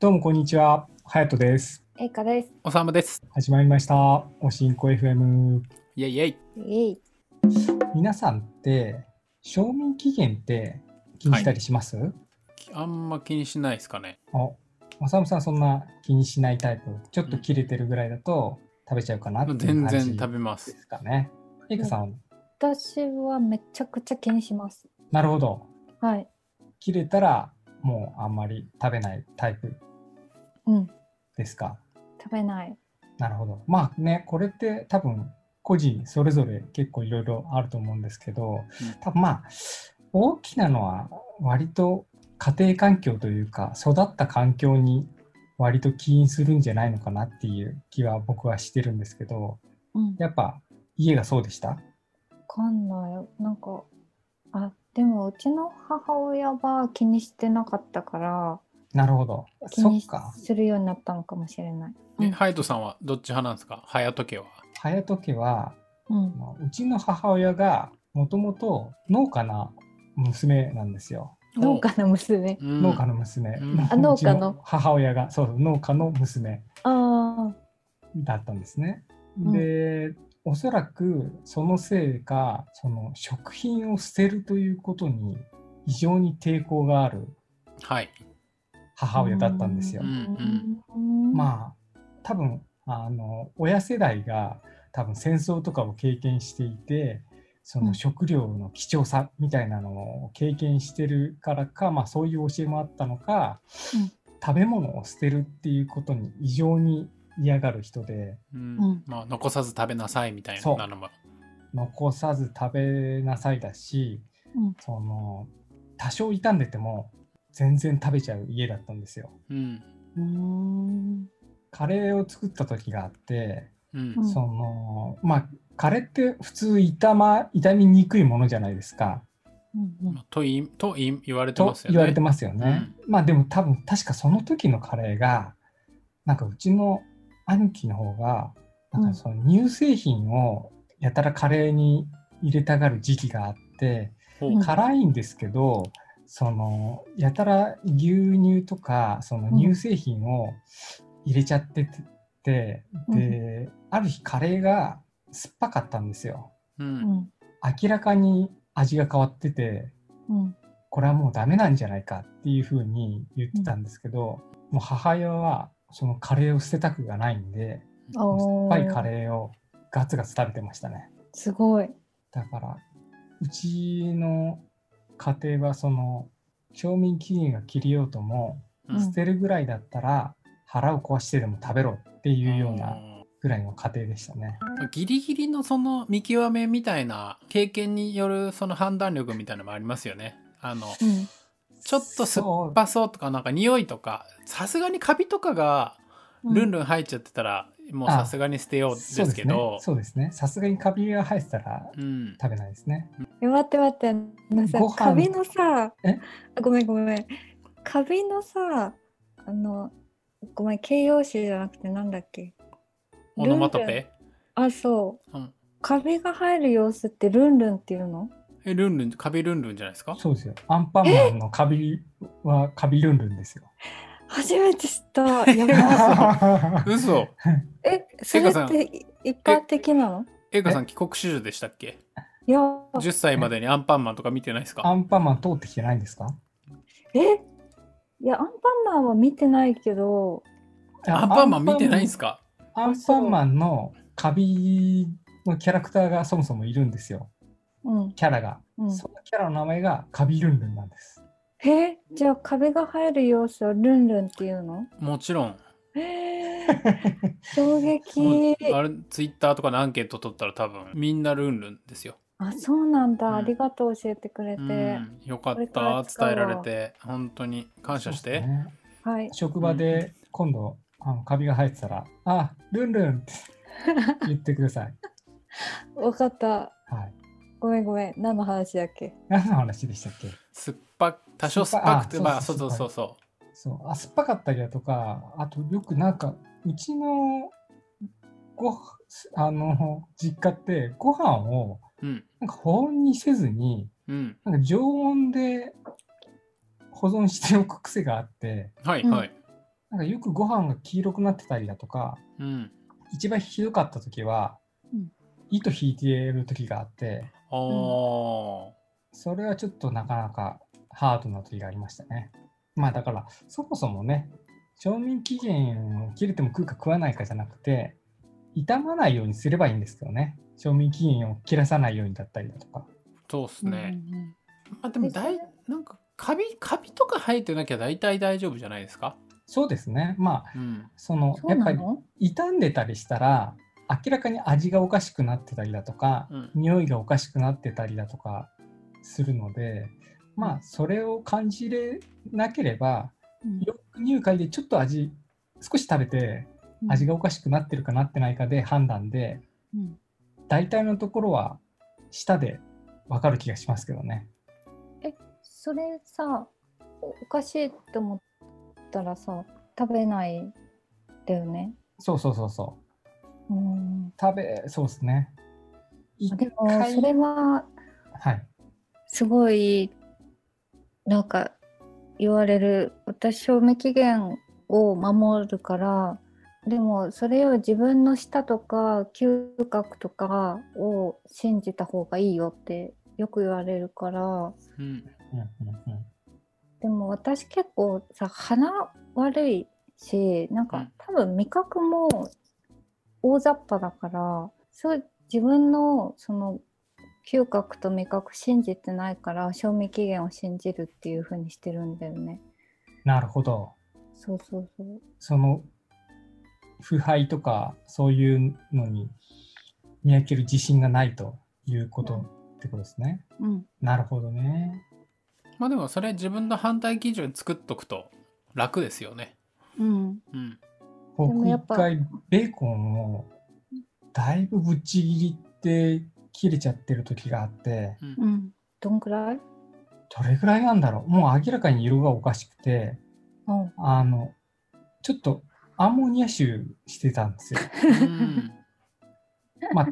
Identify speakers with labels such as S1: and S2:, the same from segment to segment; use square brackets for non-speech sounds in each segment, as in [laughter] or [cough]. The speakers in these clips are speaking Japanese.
S1: どうもこんにちは、はやとです。
S2: えいかです。
S3: おさむです。
S1: 始まりました、おしんこ FM。
S3: イェイイェイ。
S2: イエイ。
S1: 皆さんって、賞味期限って気にしたりします、
S3: あんま気にしないですかね。
S1: あ、まさむさんそんな気にしないタイプ、ちょっと切れてるぐらいだと食べちゃうかなっていう
S3: 全
S1: 感じ
S3: 然食
S1: で
S3: べます。
S1: すかね。えいかさん、
S2: 私はめちゃくちゃ気にします。
S1: なるほど。
S2: はい。
S1: 切れたらもうあんまり食べないタイプ
S2: うん。
S1: ですか
S2: 食べない。
S1: なるほど。まあね、これって多分個人それぞれ結構いろいろあると思うんですけど、多分まあ大きなのは割と家庭環境というか育った環境に割と起因するんじゃないのかなっていう気は僕はしてるんですけど、
S2: うん。
S1: やっぱ家がそうでした
S2: わかんない。なんか、あ、でもうちの母親は気にしてなかったから、
S1: なるほど。
S2: 気
S1: そ
S2: に
S1: っか。
S2: するようになったのかもしれない。
S3: え、ハヤトさんはどっち派なんですかハヤト家は。
S1: 早時は
S2: うん
S1: あ。のうちの母親がもともと農家な娘なんですよ。
S2: 農家の娘。
S3: うん
S1: 農家の娘、
S3: うん
S2: あ農家の
S1: うち母親がそうそう農家の娘
S2: あ
S1: だったんですね。
S2: うん
S1: で、おそらくそのせいかその食品を捨てるということに非常に抵抗がある
S3: はい。
S2: あ。
S1: 母親だったんですよ
S3: う。ん
S2: うん
S1: まあ多分あの親世代が多分戦争とかを経験していてそ
S2: うん
S1: の食料の貴重さみたいなのを経験してるからか、まあ、そういう教えもあったのか、
S2: うん
S1: 食べ物を捨てるっていうことに異常に嫌がる人で
S3: うん
S2: うん
S3: まあ、残さず食べなさいみたい
S1: そう
S3: なのも。
S1: 残さず食べなさいだし
S2: うん
S1: その多少傷んでても全然食べちゃう家だったんですよ。
S3: うん。
S2: うん。
S1: カレーを作った時があって
S3: うん
S2: うん
S1: そのまあカレーって普通痛,、ま、痛みにくいものじゃないですか
S2: うん
S3: まあといとい言われてま
S1: と
S3: すよね。
S1: 言われてますよね、まあでも多分確かその時のカレーがなんかうちの兄貴の方がなん
S2: うん
S1: かその乳製品をやたらカレーに入れたがる時期があって、
S3: ほう
S2: うん
S1: 辛いんですけどそのやたら牛乳とかその乳製品を入れちゃってて、
S2: うん
S1: である日カレーが酸っぱかったんですよ。
S3: う。
S2: うんん。
S1: 明らかに味が変わってて
S2: うん。
S1: これはもうダメなんじゃないかっていうふうに言ってたんですけど、もう母親はそのカレーを捨てたくがないんでもう酸っぱいカ
S2: ー。
S1: レーをガツガツ食べてましたね
S2: すごい。
S1: だからうちの家庭はその賞味期限が切れようとも
S3: うん
S1: 捨てるぐらいだったら腹を壊してでも食べろっていうようなぐらいの家庭でしたね。
S3: あーギリギリのその見極めみたいな経験によるその判断力みたいなのもありますよね。あの
S2: うん。
S3: ちょっと酸っぱそうとかなんか匂いとかさすがにカビとかが
S2: うん
S3: ルンルン入っちゃってたら、もう
S1: あ
S3: さすがに捨てようですけど
S1: そうですねそうですねさすがにカビが生えてたら
S3: うん
S1: 食べないですね。
S2: え待って待ってあのさ
S1: ご飯
S2: カビのさ
S1: え
S2: あごめんごめんカビのさあのごめん形容詞じゃなくてなんだっけ
S3: オノマト
S2: ルンルン
S3: ペ
S2: あそう
S3: うん
S2: カビが入る様子ってルンルンっていうの
S3: えルンルンカビルンルンじゃないですか
S1: そうですよ。アンパンマンのカビはカビルンルンです
S3: [laughs]
S1: よ。
S2: 初めて知った
S1: [laughs]
S2: やばい
S3: 嘘
S2: えそれ
S3: かさん
S2: ってい一般的なの
S3: エイカさん帰国子女でしたっけ
S2: いや
S3: 10歳までにアンパンマンとか見てないです
S1: ア
S3: か
S1: ンパンマン通ってきてないんですか？
S2: えいやアンパンマンは見てないけど
S3: アンパンマン見てないんです
S1: か？
S3: か
S1: アンパンマンのカビのキャラクターがそもそもいるんですよ。
S2: うん
S1: キャラが。
S2: うん
S1: そのキャラの名前がカビルンルンなんです。
S2: えじゃあカビが入る様子はルンルンっていうの
S3: もちろん
S2: えー
S1: [laughs]
S2: 衝
S3: もう
S2: 撃
S3: あれツイッターとかのアンケート取ったら多分みんなルンルンですよ、
S2: あそうなんだ、
S3: うん
S2: ありがとう教えてくれて、
S3: うん、よかっ
S2: これか
S3: た
S2: ら使う
S3: 伝
S2: わ
S3: えられて本当に感謝し
S1: そうで
S3: て、
S1: すね
S2: はい
S1: 職場で今度あのカビが生えてたら、あルンルンって言ってください。
S2: わかった
S1: はい。
S2: ごめんごめん何の話だっけ
S1: 何の話でしたっけ？
S3: 酸っぱ多少酸っぱくて
S1: 酸っぱ
S3: ま
S1: あ
S3: あ
S1: そ
S3: そうう
S1: そ
S3: そううそうそ
S1: そう、あ酸っぱかったりだとか、あとよくなんか、うちのご、あの、実家ってご飯を
S3: ううん
S1: なんか保温にせずに、
S3: うん
S1: なんか常温で保存しておく癖があって、
S3: はい
S2: うん
S3: はい、
S1: なんかよくご飯が黄色くなってたりだとか、
S3: うん。
S1: 一番ひどかった時は、
S2: うん
S1: 糸引いてる時があって、
S3: おー。
S1: それはちょっとなかなかハードな時がありましたね。まあだから、そもそもね、賞味期限を切れても食うか食わないかじゃなくて、傷まないようにすればいいんですけどね。賞味期限を切らさないようにだったりだとか。
S3: そうっす
S2: うんう
S3: ね。
S2: ん
S3: まあでもだい、なんか、カビ、カビとか生えてなきゃ大体大丈夫じゃないですか
S1: そうですね。まあ、
S3: うん。
S1: その、
S2: そ
S1: や
S2: う
S1: っぱ
S2: な
S1: り
S2: の
S1: 傷んでたりしたら、明らかに味がおかしくなってたりだとか、
S3: うん。
S1: 匂いがおかしくなってたりだとかするので、まあ、それを感じれなければ、
S2: うん
S1: よく入会でちょっと味少し食べて味がおかしくなってるかなってないかで判断で
S2: うん
S1: 大体のところは舌で分かる気がしますけどね
S2: それさおおかしいって思ったらさ食べないんだよね。
S1: そうそうそうそう
S2: うん、
S1: 食べそうですね一
S2: でも
S1: 回
S2: それは
S1: はい
S2: すごいなんか言われる私賞味期限を守るからでもそれを自分の舌とか嗅覚とかを信じた方がいいよってよく言われるから
S3: うん。
S1: うんうんうん
S2: でも私結構さ鼻悪いしなん
S3: う
S2: か
S3: ん
S2: 多分味覚も大雑把だからそう自分のその嗅覚と味覚信じてないから賞味期限を信じるっていう風にしてるんだよね。
S1: なるほど
S2: そうそうそう。
S1: その腐敗とかそういうのに見分ける自信がないということってことですね、
S2: うん。
S1: なるほどね
S3: まあでもそれ自分の反対基準作っとくと楽ですよね。
S2: うん。
S3: うん。
S1: 僕
S2: もや
S1: 一
S2: っぱ
S1: 回ベーコンをだいぶぶっちぎりって切れちゃってる時があって
S3: うん。
S2: うん。どんくらい？
S1: どれぐらいなんだろうもう明らかに色がおかしくて
S2: うん。
S1: あのちょっとアンモニア臭してたんです
S2: [laughs]
S1: よ。
S3: うん
S1: まあ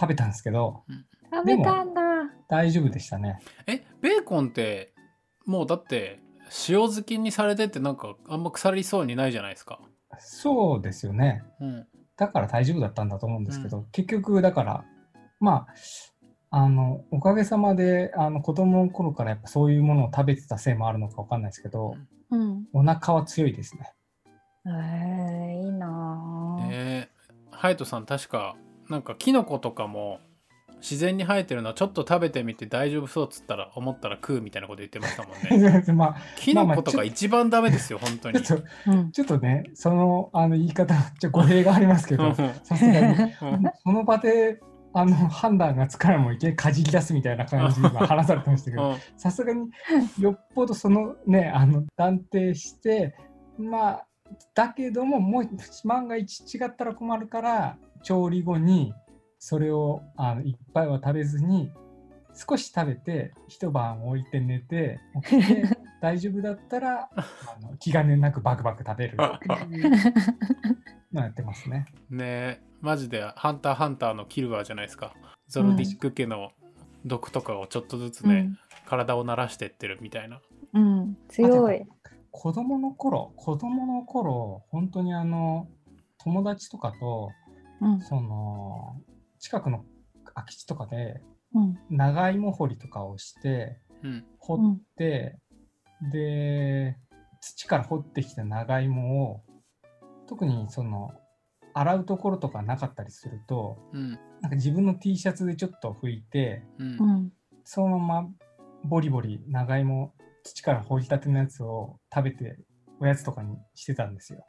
S1: 食べたんですけど
S2: 食べたんだ。
S1: 大丈夫でしたね。
S3: えベーコンってもうだって塩漬けにされてってなんかあんま腐りそうにないじゃないですか。
S1: そうですよね。
S3: うん、
S1: だから大丈夫だったんだと思うんですけど、結局だからまああのおかげさまであの子供の頃からやっぱそういうものを食べてたせいもあるのかわかんないですけど、
S2: うん。
S1: お腹は強いですね。 [laughs]
S2: えー、いいなぁ。
S3: ねえハヤトさん確かなんかキノコとかも自然に生えてるのはちょっと食べてみて大丈夫そうっつったら思ったら食うみたいなこと言ってましたもんね。
S1: まあ
S3: キノコとか一番ダメですよ本当
S1: ち
S3: に
S1: ょっ。と
S2: うん。
S1: ちょっとねそのあの言い方ちょっと語弊がありますけ
S3: うん [laughs] う
S1: ど
S3: ん
S1: さすが
S2: [laughs]
S1: に
S3: うん
S1: その場であの判断がつかないもんいきなりかじり出すみたいな感じが話されてましたけ
S3: う
S1: ど
S3: ん
S1: さすがによっぽどそのねあの断定してまあだけどももう万が一違ったら困るから調理後にそれをあのいっぱいは食べずに少し食べて一晩置いて寝て起きて大丈夫だったらあの気兼ねなくバクバク食べるっていうのやってますね。
S3: ねえマジで「ハンターハンター」のキルアじゃないですかゾルディック家の毒とかをちょっとずつね、体を慣らしてってるみたいな
S2: うん。うん。強い。
S1: 子供の頃子供の頃本当にあの友達とかと
S2: うん。
S1: その近くの空き地とかで
S2: うん。
S1: 長芋掘りとかをして
S3: うん
S1: 掘って、で土から掘ってきた長芋を特にその洗うところとかなかったりすると
S3: うん
S1: なんか自分の T シャツでちょっと拭いて
S3: うん
S2: うん。
S1: そのままボリボリ長芋土から掘りたてのやつを食べておやつとかにしてたんですよ。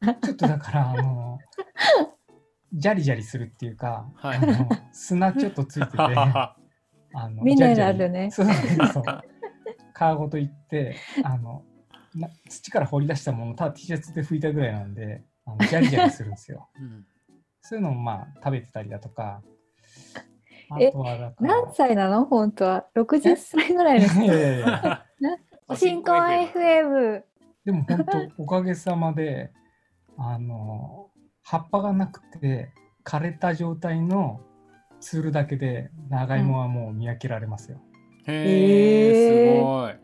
S1: ちょっとだからあのジャリジャリするっていうか、
S3: はい
S1: あの砂ちょっとついててあの
S2: [laughs] ミネ
S1: ジャ
S2: ラ
S1: リジャ
S2: ル
S1: リ
S2: ね
S1: そうそうそう皮ごといってあのな土から掘り出したものただ T シャツで拭いたぐらいなんであのジャリジャリするんですよ。 [laughs]
S3: うん
S1: そういうのもまあ食べてたりだとか。あ
S2: え
S1: とはだから
S2: [laughs] 何歳なの本当は60歳ぐらいです
S1: いやいやいや
S2: [laughs] 新婚 FM
S1: でも本当おかげさまであの葉っぱがなくて枯れた状態のツールだけで長芋はもう見分けられますよ。
S3: へえすごい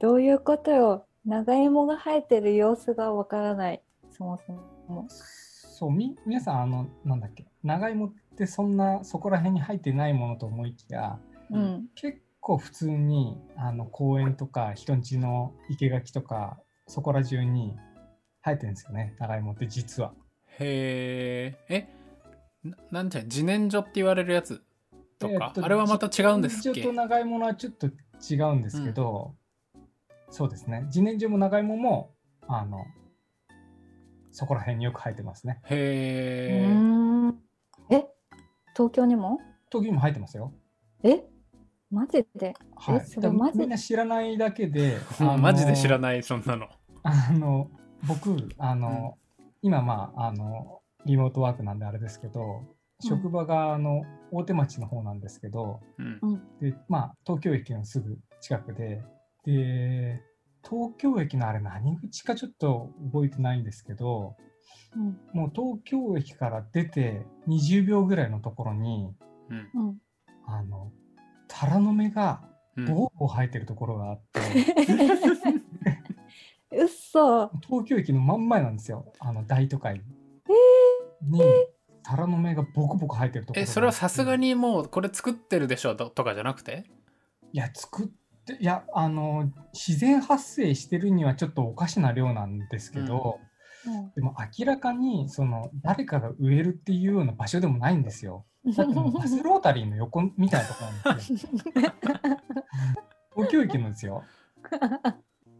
S2: どういうことよ長芋が生えてる様子がわからないそもそも
S1: そうみ皆さんあのなんだっけ長芋ってそんなそこら辺に入ってないものと思いきや
S2: うん
S1: 結構普通にあの公園とか人んちの生垣とかそこら中に生えてるんですよね長芋って実は。
S3: へええななんじゃ自然薯って言われるやつと
S1: え
S3: か、
S1: ーと
S3: あれはまた違うんです
S1: 自
S3: っ
S1: 然
S3: け
S1: 薯と長芋はちょっと違うんですけど、そうですね自然薯も長芋もあのそこら辺によく生えてますね。
S2: う
S3: へえ、
S2: ーんえ東京にも
S1: 東京にも生えてますよ。
S2: えマジで
S1: は
S2: え
S1: い、
S2: それ
S1: だから
S2: マジ
S1: みんな知らないだけで
S3: [laughs] マジで知ら
S1: ない。
S3: ないそんなの
S1: あの僕あの、今まああのリモートワークなんであれですけど、
S2: うん
S1: 職場があの大手町の方なんですけど、
S3: うん
S2: うん
S1: でまあ東京駅のすぐ近くでで東京駅のあれ何口かちょっと覚えてないんですけど
S2: うん
S1: もう東京駅から出て20秒ぐらいのところに
S3: うん
S2: うん
S1: あのタラの芽が
S3: うん
S1: ボーボー生えてるところがあって、
S2: うっそ
S1: 東京駅の真ん前なんですよあの大都会にタラの芽がボコボコ生えてるところ
S3: え
S1: が
S3: それはさすが
S1: い
S3: にもうこれ作ってるでしょととかじゃなくて
S1: や作っていやあの自然発生してるにはちょっとおかしな量なんですけど、でも明らかにその誰かが植えるっていうような場所でもないんです [laughs] よだってもうバスロータリーの横みたいなとこなん [laughs] ですよ東京駅なんですよ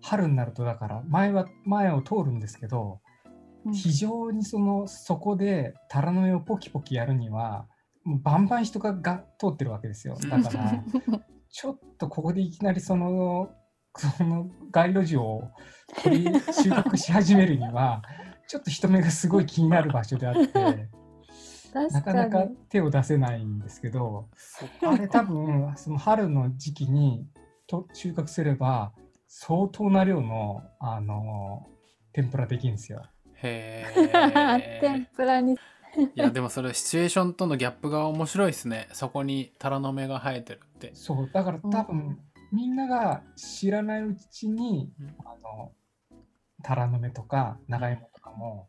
S1: 春になるとだから前は前を通るんですけど
S2: [laughs] うん
S1: 非常にそのそこでタラの芽をポキポキやるにはもうバンバン人がが通ってるわけですよだからちょっとここでいきなりそのその街路樹を取り収穫し始めるにはちょっと人目がすごい気になる場所であってな
S2: 確
S1: か
S2: か
S1: なか
S2: に
S1: 手を出せないんですけど
S3: そっ
S1: あれ多分その春の時期にと収穫すれば相当な量のあの天ぷらできるんですよ。
S3: へ
S2: [laughs] 天
S1: [laughs]
S3: え
S2: ぷらに
S3: いやでもそれシチュエーションとのギャップが面白いですねそこにタラの芽が生えてるって
S1: そうだから多分、
S2: うん
S1: みんなが知らないうちに、
S3: うん
S1: あのタラの芽とか長芋とかも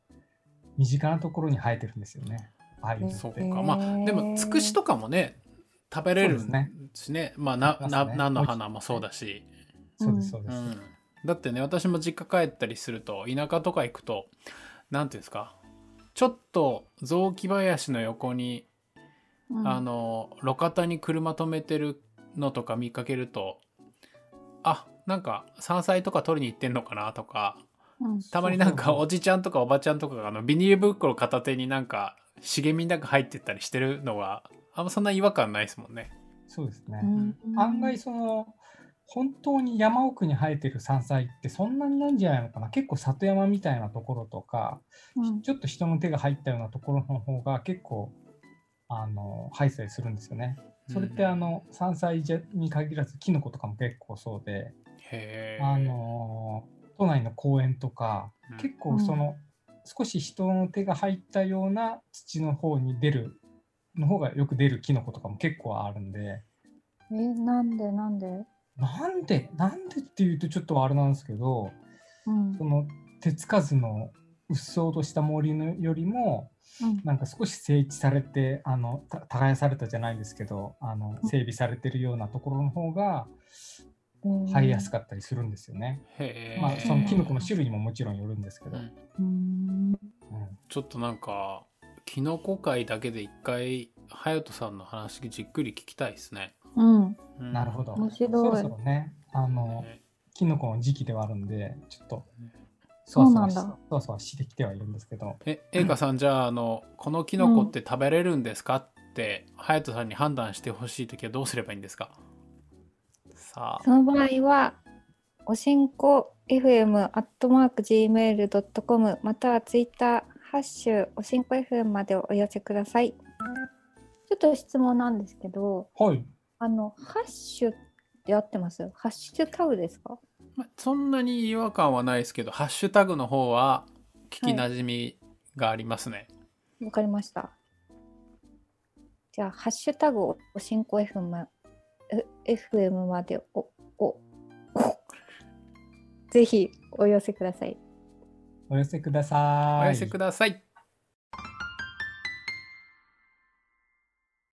S1: 身近なところに生えてるんですよね。ああいうのって
S3: そうか、
S2: へー
S3: まあでもつくしとかもね食べれる
S1: そうですね
S3: しねまあな
S1: ありま
S3: な
S1: すね
S3: 菜の花もそうだし、
S1: そうですそうで
S3: う
S1: す。
S3: ん、だってね私も実家帰ったりすると田舎とか行くと何ていうんですかちょっと雑木林の横に、
S2: うん
S3: あの路肩に車止めてるのとか見かけるとあなんか山菜とか取りに行ってんのかなとか
S2: うん
S3: たまになんか
S1: そうそう
S3: おじちゃんとかおばちゃんとかがあのビニール袋片手になんか茂みの中入ってったりしてるのはあんまそんな違和感ないですもんね。
S1: そうですね、
S2: うん
S1: 案外その本当に山奥に生えてる山菜ってそんなにないんじゃないのかな結構里山みたいなところとか、
S2: うん
S1: ちょっと人の手が入ったようなところの方が結構あの生えてたりするんですよね。それってあの山菜じゃに限らずキノコとかも結構そうで、
S3: へー
S1: あの都内の公園とか、
S3: うん
S1: 結構その少し人の手が入ったような土の方に出るの方がよく出るキノコとかも結構あるんで
S2: えなんでなんで
S1: なんでなんでっていうとちょっとあれなんですけど
S2: うん
S1: その手つかずのうっそうとした森のよりも
S2: うん
S1: なんか少し整地されてあのた耕されたじゃないですけどあの整備されてるようなところの方が生えやすかったりするんですよね。
S3: へー
S1: まあそのキノコの種類にももちろんよるんですけど、
S3: う
S1: うん
S2: うん
S1: ん
S3: ちょっとなんかキノコ界だけで一回隼人さんの話じっくり聞きたいですね。
S2: うん
S3: うん
S1: なるほど。
S2: 面白い
S1: そろそろねあの
S3: ね
S1: キノコの時期ではあるんでちょっと
S3: ね
S1: そわそ
S2: そうな
S1: わ
S2: ん
S1: し
S2: だ
S1: そわそわしてきてはいるんですけど
S3: え映画さんじゃああのこのキノコって食べれるんですかって隼人さんに判断してほしい時はどうすればいいんですかさあ
S2: その場合はおしんこ FM アットマーク Gmail.com またはツイッターハッシュおしんこ FM までお寄せくださいちょっと質問なんですけど
S1: はい
S2: あのハッシュって合ってますハッシュタグですか
S3: まあそんなに違和感はないですけどハッシュタグの方は聞きなじみがありますね、
S2: わかりました。じゃあ、ハッシュタグをおしんこ FM, え FM までお、お、お、
S4: ぜひお寄せください。
S2: お寄せくだ
S1: お
S2: さい。
S1: 寄せください